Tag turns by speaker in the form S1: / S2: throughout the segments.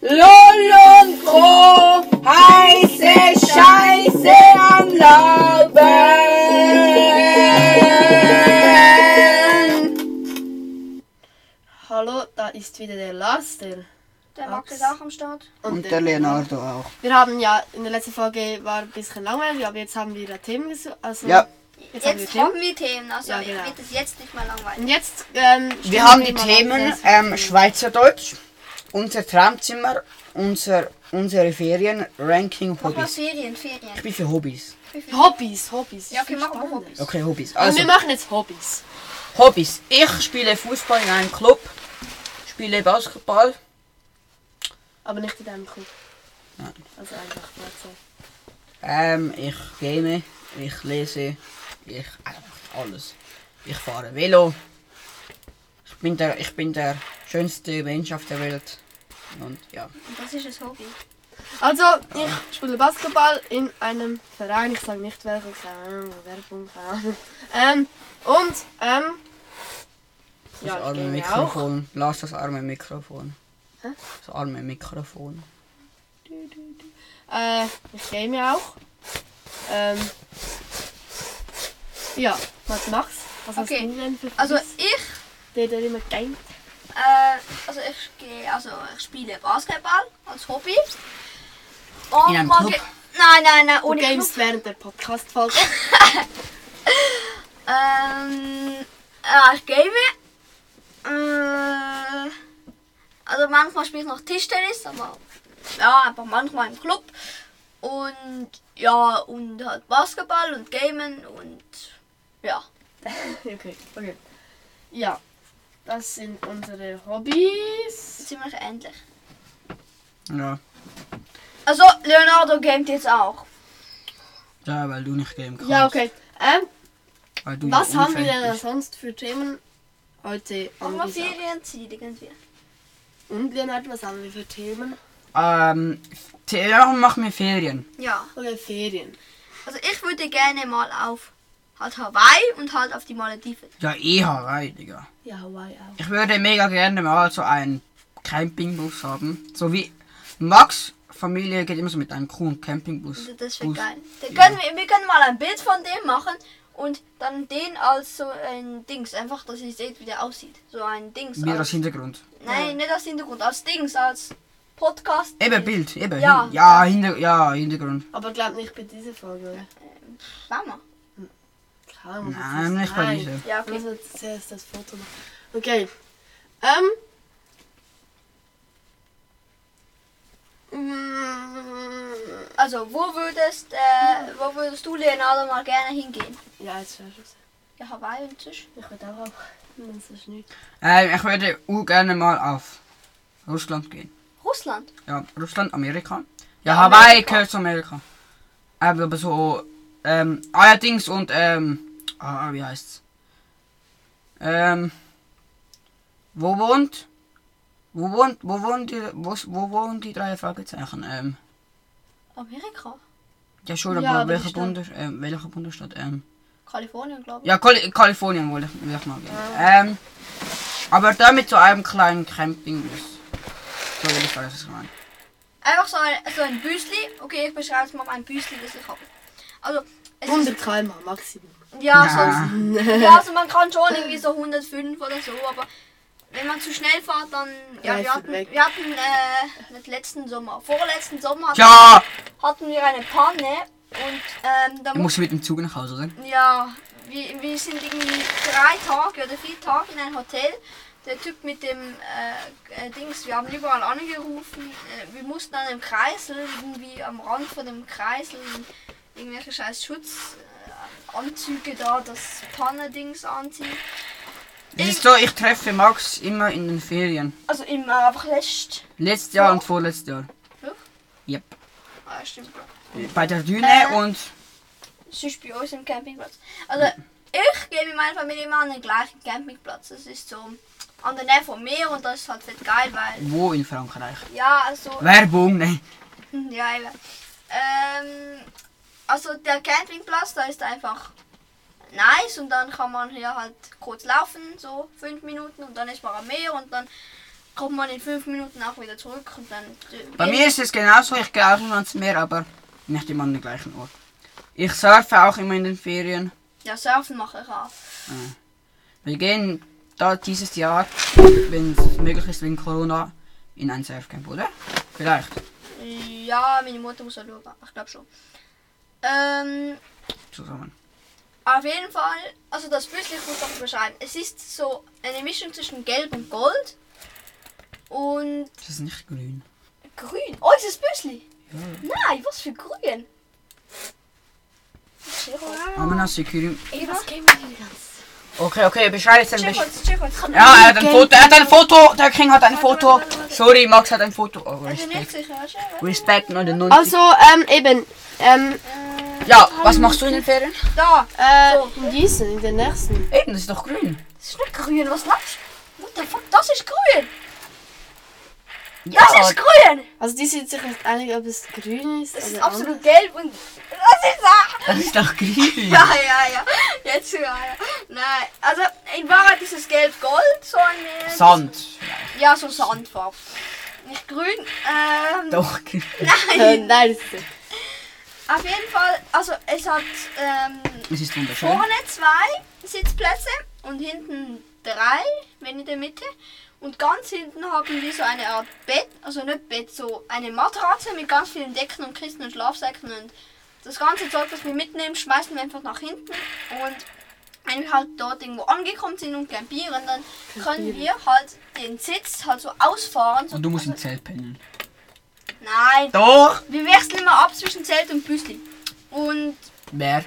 S1: Lull und Co. heiße Scheiße am Laufen.
S2: Hallo, da ist wieder der Lars, der Max.
S3: Der Max ist auch am Start.
S2: und
S1: Und der Leonardo auch.
S2: Wir haben ja in der letzten Folge war ein bisschen langweilig, aber jetzt haben wir ja Themen gesucht. Also
S1: Ja.
S2: Jetzt,
S3: Jetzt,
S2: haben wir Themen.
S3: haben wir Themen, also
S2: Ja,
S3: ich
S2: genau.
S3: wird es jetzt nicht mehr langweilig.
S2: Und jetzt ähm,
S1: Wir
S2: stellen
S1: haben die
S2: mal
S1: Themen
S2: das-
S1: ähm, Schweizerdeutsch, unser Traumzimmer, unser, unsere Ferien, Ranking,
S3: Mach mal
S1: Hobbys.
S3: Ferien,
S1: Ich
S3: Ferien.
S1: bin für Hobbys.
S2: Hobbys, Hobbys.
S3: Ja, okay,
S2: Viel
S3: machen wir
S2: Spannendes.
S3: Hobbys.
S1: Okay, Hobbys.
S2: Also.
S1: Also,
S2: Wir machen jetzt Hobbys.
S1: Hobbys. Ich spiele Fußball in einem Club, spiele Basketball.
S2: Aber nicht in diesem Club. Also einfach mal so.
S1: Ähm, ich game, ich lese, ich einfach alles. Ich fahre Velo. Ich bin der, ich bin der schönste Mensch auf der Welt. Und ja.
S3: Und das ist ein Hobby.
S2: Also, ich spiele Basketball in einem Verein. Ich sage nicht welcher, keine Ahnung, Werbung, keine Ahnung. Ähm, und, ähm.
S1: Das
S2: Ja, ich
S1: arme
S2: gehe auch.
S1: Mikrofon. Lass das arme Mikrofon.
S2: Hä?
S1: Das arme Mikrofon.
S2: Äh, ich game auch. Ähm. Ja, was machst du? Was
S3: Okay,
S2: hast du denn für
S3: Also
S2: Hobbys?
S3: ich,
S2: der, der immer gamet.
S3: äh, also ich gehe, also ich spiele Basketball als Hobby.
S1: In
S3: Und
S1: einem
S3: mal
S1: Club?
S3: ge- Nein, nein, nein,
S2: Du
S3: ohne Club.
S2: gamest während der Podcast-Folge.
S3: Ähm, ja, ich game. Äh, also manchmal spiele ich noch Tischtennis, aber ja, einfach manchmal im Club. Und ja, und halt Basketball und Gamen und ja.
S2: okay, okay. Ja, das sind unsere Hobbys.
S3: ziemlich ähnlich.
S1: Ja.
S3: Also, Leonardo gamet jetzt auch.
S1: Ja, weil du nicht game kannst.
S2: Ja, okay. Ähm,
S1: Weil du
S2: Was
S1: ja
S2: haben wir
S1: unfähig
S2: denn
S1: bist.
S2: sonst für Themen heute
S3: Machen wir
S2: angesagt?
S3: Ferienzeit irgendwie.
S2: Und Leonard, was haben wir für Themen?
S1: Ähm, T- ja, mach mir Ferien.
S3: Ja,
S2: Oder Ferien?
S3: also ich würde gerne mal auf halt Hawaii und halt auf die Malediven.
S1: Ja, eh Hawaii, Digga.
S2: Ja, Hawaii auch.
S1: Ich würde mega gerne mal so einen Campingbus haben. So wie Max Familie geht immer so mit einem coolen Campingbus.
S3: Also, Das wäre
S1: Bus.
S3: geil. Dann
S1: Ja.
S3: können wir, wir können mal ein Bild von dem machen und dann den als so ein Dings, einfach, dass ihr seht, wie der aussieht. So ein Dings.
S1: Mir als
S3: als,
S1: Hintergrund.
S3: nein, nicht als Hintergrund, als Dings, als Podcast.
S1: Eben Bild, eben.
S3: Ja.
S1: Hin- ja, Hinter ja Hintergrund.
S2: Aber glaub nicht bei dieser Folge. oder?
S3: Schau mal.
S2: Klar, muss
S1: Nein,
S2: jetzt
S1: nicht bei
S2: nein.
S1: dieser.
S3: Ja,
S2: Wir
S3: okay.
S2: müssen jetzt zuerst das Foto machen. Okay. Ähm. Mm,
S3: Also, wo würdest, äh, wo würdest du, Leonardo, mal gerne hingehen?
S2: Ja, jetzt wäre es.
S3: Ja, Hawaii und Tisch.
S2: Ich würde auch. Das ist nicht.
S1: Ähm, ich würde auch gerne mal auf Russland gehen.
S3: Russland.
S1: Ja, Russland, Amerika. Ja,
S3: Ja,
S1: Hawaii
S3: Amerika.
S1: gehört zu Amerika. Ähm, aber so, ähm, allerdings und, ähm, ah, wie heißt's? Ähm, wo wohnt, wo wohnt, wo wohnt die, wo, wo wohnen die drei Fragezeichen? Ähm,
S3: Amerika.
S1: ja schon,
S2: Ja,
S1: aber
S2: aber die
S1: welcher
S2: Stadt.
S1: Bundes, ähm, welcher Bundesstaat, ähm,
S3: Kalifornien, glaube ich.
S1: ja, Kali Kalifornien wollte ich, will ich mal gehen. Ähm, aber da mit so einem kleinen Campingbus. So will ich sagen, was ich meine.
S3: Einfach so ein, so ein Büsli. Okay, ich beschreibe jetzt mal mein Büsli, das ich habe. Also, es ist,
S2: 100 km Maximum.
S3: ja,
S1: Ja.
S3: so, ja, also man kann schon irgendwie so 105 oder so, aber wenn man zu schnell fährt, dann, ja,
S2: Reißt
S3: wir
S2: es
S3: hatten,
S2: weg.
S3: wir hatten äh, nicht letzten Sommer, vorletzten Sommer hatten,
S1: Ja!
S3: hatten wir eine Panne und ähm, da
S1: Ich
S3: muss,
S1: muss mit dem Zug nach Hause, oder?
S3: ja, wir, wir sind irgendwie drei Tage oder vier Tage in ein Hotel. Der Typ mit dem äh, äh, Dings, wir haben überall angerufen. Äh, wir mussten an dem Kreisel, irgendwie am Rand von dem Kreisel, irgendwelche scheiß Schutzanzüge da, das Panne-Dings anziehen.
S1: Es ist so, ich treffe Max immer in den Ferien.
S3: Also im äh, einfach lässt.
S1: Letztes Jahr und vorletztes Jahr. Yep.
S3: Ah, stimmt.
S1: Bei der Düne
S3: Äh.
S1: und
S3: Sonst bei uns im Campingplatz. Also ich gehe mit meiner Familie immer an den gleichen Campingplatz. Das ist so an der Nähe vom Meer und das ist halt fett geil, weil
S1: wo in Frankreich?
S3: ja, also
S1: Werbung, nein.
S3: Ja, eben. Ähm, also der Campingplatz, da ist einfach nice und dann kann man hier halt kurz laufen, so fünf Minuten und dann ist man am Meer und dann kommt man in fünf Minuten auch wieder zurück und dann. Äh.
S1: Bei mir ist es genauso, ich gehe auch immer ans Meer, aber nicht immer an den gleichen Ort. Ich surfe auch immer in den Ferien.
S3: Ja, Surfen mache ich auch.
S1: Wir gehen da dieses Jahr, wenn es möglich ist, wegen Corona, in ein Surfcamp, oder? Vielleicht.
S3: Ja, meine Mutter muss ja schauen. Ich glaube schon. Ähm,
S1: Zusammen.
S3: auf jeden Fall, also das Füßchen muss ich beschreiben. Es ist so eine Mischung zwischen Gelb und Gold. Und
S1: Das ist nicht grün.
S3: grün. Oh, ist das Büsli?
S1: Mhm.
S3: Nein, was für grün?
S1: Ananas, Curry.
S2: Ey, was kennen wir hier ganz?
S1: Okay, okay, beschreib jetzt ein
S3: Check
S1: bisschen.
S3: uns, check uns.
S1: Ja, er hat ein Foto, er hat ein Foto, der King hat ein Foto. Sorry, Max hat ein Foto. Oh,
S3: Also nicht
S1: Respekt.
S3: sicher, schau.
S1: Respekt, 99.
S3: Oh,
S2: Also, ähm, eben, ähm,
S1: ja, was machst du in den Ferien?
S3: Da,
S2: äh,
S3: So.
S2: in diesen, in den nächsten.
S1: Eben, das ist doch grün.
S3: das ist nicht grün, was lachst du? What the fuck, das ist grün!
S1: Ja,
S3: Das ist grün!
S2: Also, die sind sich nicht einig, ob es grün ist.
S3: Das ist
S2: oder
S1: Also,
S3: absolut gelb und. Das ist. Ah!
S1: das ist doch grün.
S3: Ja, ja, ja. Jetzt sogar, ja. Nein, also in Wahrheit ist es gelb-gold, so ein...
S1: Sand.
S3: Ja, so Sandfarb. Nicht grün. Ähm,
S1: Doch, grün.
S2: andere. Äh,
S3: Nein.
S2: nein, das ist nicht.
S3: Auf jeden Fall, also es hat ähm,
S1: Es ist wunderschön.
S3: vorne zwei Sitzplätze und hinten drei, wenn in der Mitte. Und ganz hinten haben wir so eine Art Bett, also nicht Bett, so eine Matratze mit ganz vielen Decken und Kissen und Schlafsäcken und das ganze Zeug, das wir mitnehmen, schmeißen wir einfach nach hinten und wenn wir halt dort irgendwo angekommen sind und campieren, dann können wir halt den Sitz halt so ausfahren. So
S1: Und du musst im
S3: also,
S1: Zelt pennen.
S3: Nein,
S1: Doch.
S3: wir wechseln immer ab zwischen Zelt und Büsli. Und
S1: Wer?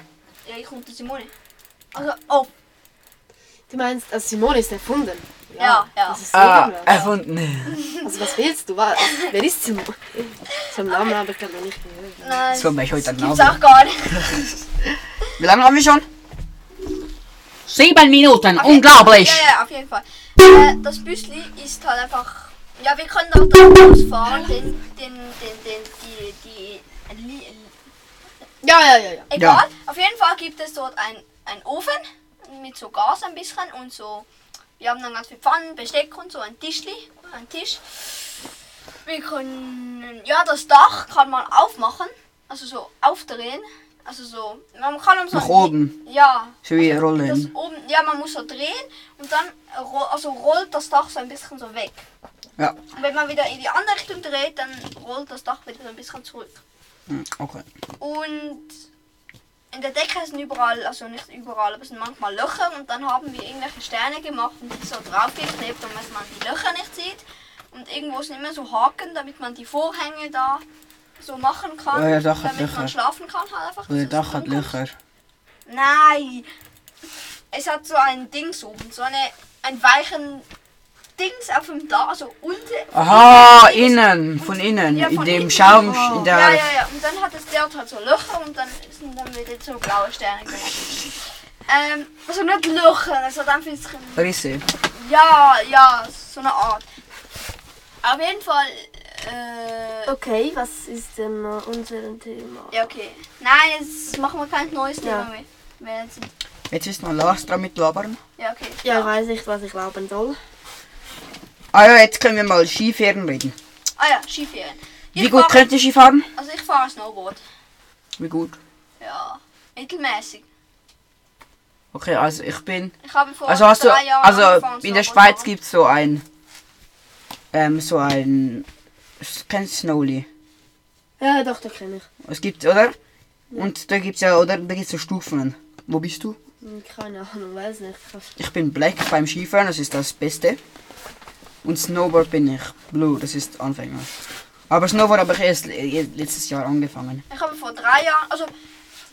S3: ja, ich und die Simone. Also, oh,
S2: Du meinst, also Simone ist erfunden.
S3: Ja, ja.
S2: Das ist
S1: Ah,
S2: irgendwas.
S1: erfunden.
S2: Also, was willst du? Was? Wer ist Simone? So einen Namen habe ich gerade noch nicht gehört.
S3: nein.
S1: Das kommt mir heute
S3: gibt's
S1: Namen.
S3: auch gar nicht.
S1: Wie lange haben wir schon? Sieben Minuten, unglaublich.
S3: Ja, ja, auf jeden Fall. Äh, das Büsli ist halt einfach. Ja, wir können auch da rausfahren, den, den, den, den, die, die. Li-
S2: Ja, ja, ja, ja.
S3: Egal, auf jeden Fall gibt es dort ein- einen Ofen mit so Gas ein bisschen und so. Wir haben dann ganz viel Pfannen, Besteck und so, ein Tischli, ein Tisch. Wir können, ja, das Dach kann man aufmachen, also so aufdrehen. Also so, man kann um so
S1: Nach
S3: ein-
S1: oben.
S3: Ja,
S1: So wie
S3: das
S1: Rollen.
S3: oben, ja, man muss so drehen und dann ro- also rollt das Dach so ein bisschen so weg.
S1: Ja,
S3: Und wenn man wieder in die andere Richtung dreht, dann rollt das Dach wieder so ein bisschen zurück.
S1: hm, okay.
S3: Und in der Decke sind überall, also nicht überall, aber sind manchmal Löcher und dann haben wir irgendwelche Sterne gemacht und die so draufgeklebt, damit man die Löcher nicht sieht. Und irgendwo sind immer so Haken, damit man die Vorhänge da so machen kann,
S1: Euer Dach hat
S3: damit man
S1: Löcher.
S3: schlafen kann halt einfach. dass
S1: Euer
S3: es
S1: Dach hat
S3: dunkel ist.
S1: Löcher.
S3: Nein! Es hat so ein Dings oben, so eine, ein weichen Dings auf dem Dach, also unten.
S1: Aha, innen, von innen,
S3: Ja,
S1: in
S3: von
S1: dem
S3: innen. Oh.
S1: Schaum, in der...
S3: Ja, ja, ja. Und dann hat es dort halt so Löcher und dann sind dann wieder so blaue Sterne gemacht. Ähm, also nicht Löcher, also dann ein bisschen.
S1: Risse.
S3: Ja, ja, so eine Art. Auf jeden Fall. Äh,
S2: Okay, was ist denn äh, unser Thema?
S3: ja, okay. Nein, jetzt machen wir kein neues
S2: Ja.
S3: Thema mehr. Wenn jetzt-
S1: Jetzt ist noch Lars dran mit Labern.
S3: Ja, okay.
S2: Ja, ich weiß nicht, was ich glauben soll.
S1: Ah ja, jetzt können wir mal Skifahren reden.
S3: Ah ja, Skifahren. Ich
S1: Wie gut
S3: fahre,
S1: könnt ihr Skifahren?
S3: Also ich fahre Snowboard.
S1: Wie gut.
S3: Ja, mittelmäßig.
S1: Okay, also ich bin...
S3: Ich habe vor
S1: Also hast du...
S3: drei Jahren angefangen,
S1: Also in der
S3: Snowboard
S1: Schweiz
S3: zu
S1: gibt es so ein... Ähm, so ein... Kennst du Snowly?
S2: Ja, doch, da kenne ich.
S1: Es gibt, oder? Und da gibt's ja, oder? Da gibt's so Stufen. Wo bist du?
S2: Hm, Keine Ahnung, weiß nicht.
S1: Ich bin Black beim Skifahren, das ist das Beste. Und Snowboard bin ich Blue, das ist Anfänger. Aber Snowboard habe ich erst le- letztes Jahr angefangen.
S3: Ich habe vor drei Jahren, also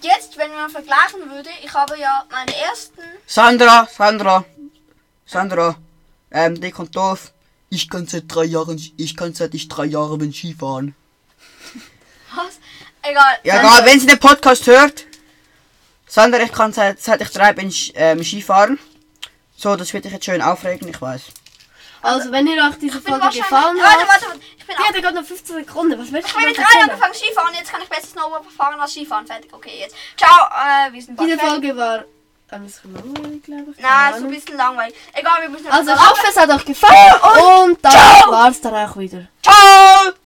S3: jetzt, wenn man vergleichen würde, ich habe ja meine ersten,
S1: Sandra, Sandra, Sandra, ähm, die kommt doof. Ich kann seit drei Jahren, ich kann seit ich drei Jahre bin Skifahren.
S3: was? Egal.
S1: Ja, egal, wenn sie den Podcast hört. Sandra, ich kann seit, seit ich drei bin Sch- ähm, Skifahren. So, das wird dich jetzt schön aufregen, ich weiß.
S2: Also, wenn ihr euch diese
S3: ich bin
S2: Folge
S3: wahrscheinlich,
S2: gefallen
S3: warte,
S2: hat.
S3: warte, warte, ich bin,
S2: Die
S3: auch,
S2: hat ja gerade noch 15 Sekunden. Was möchtest
S3: ich
S2: du
S3: bin
S2: noch
S3: mit drei
S2: erzählen?
S3: angefangen Skifahren, jetzt kann ich besser Snowboard fahren als Skifahren, fertig, okay, jetzt. Ciao, äh, wir sind bald
S2: Diese
S3: fertig.
S2: Folge war ein bisschen langweilig, glaube ich. Keine
S3: Nein, so ein
S2: Ahnung.
S3: bisschen langweilig. Egal, wir müssen
S2: Also ich
S3: runter.
S2: hoffe, es hat euch gefallen und das war's dann auch wieder.
S3: Ciao!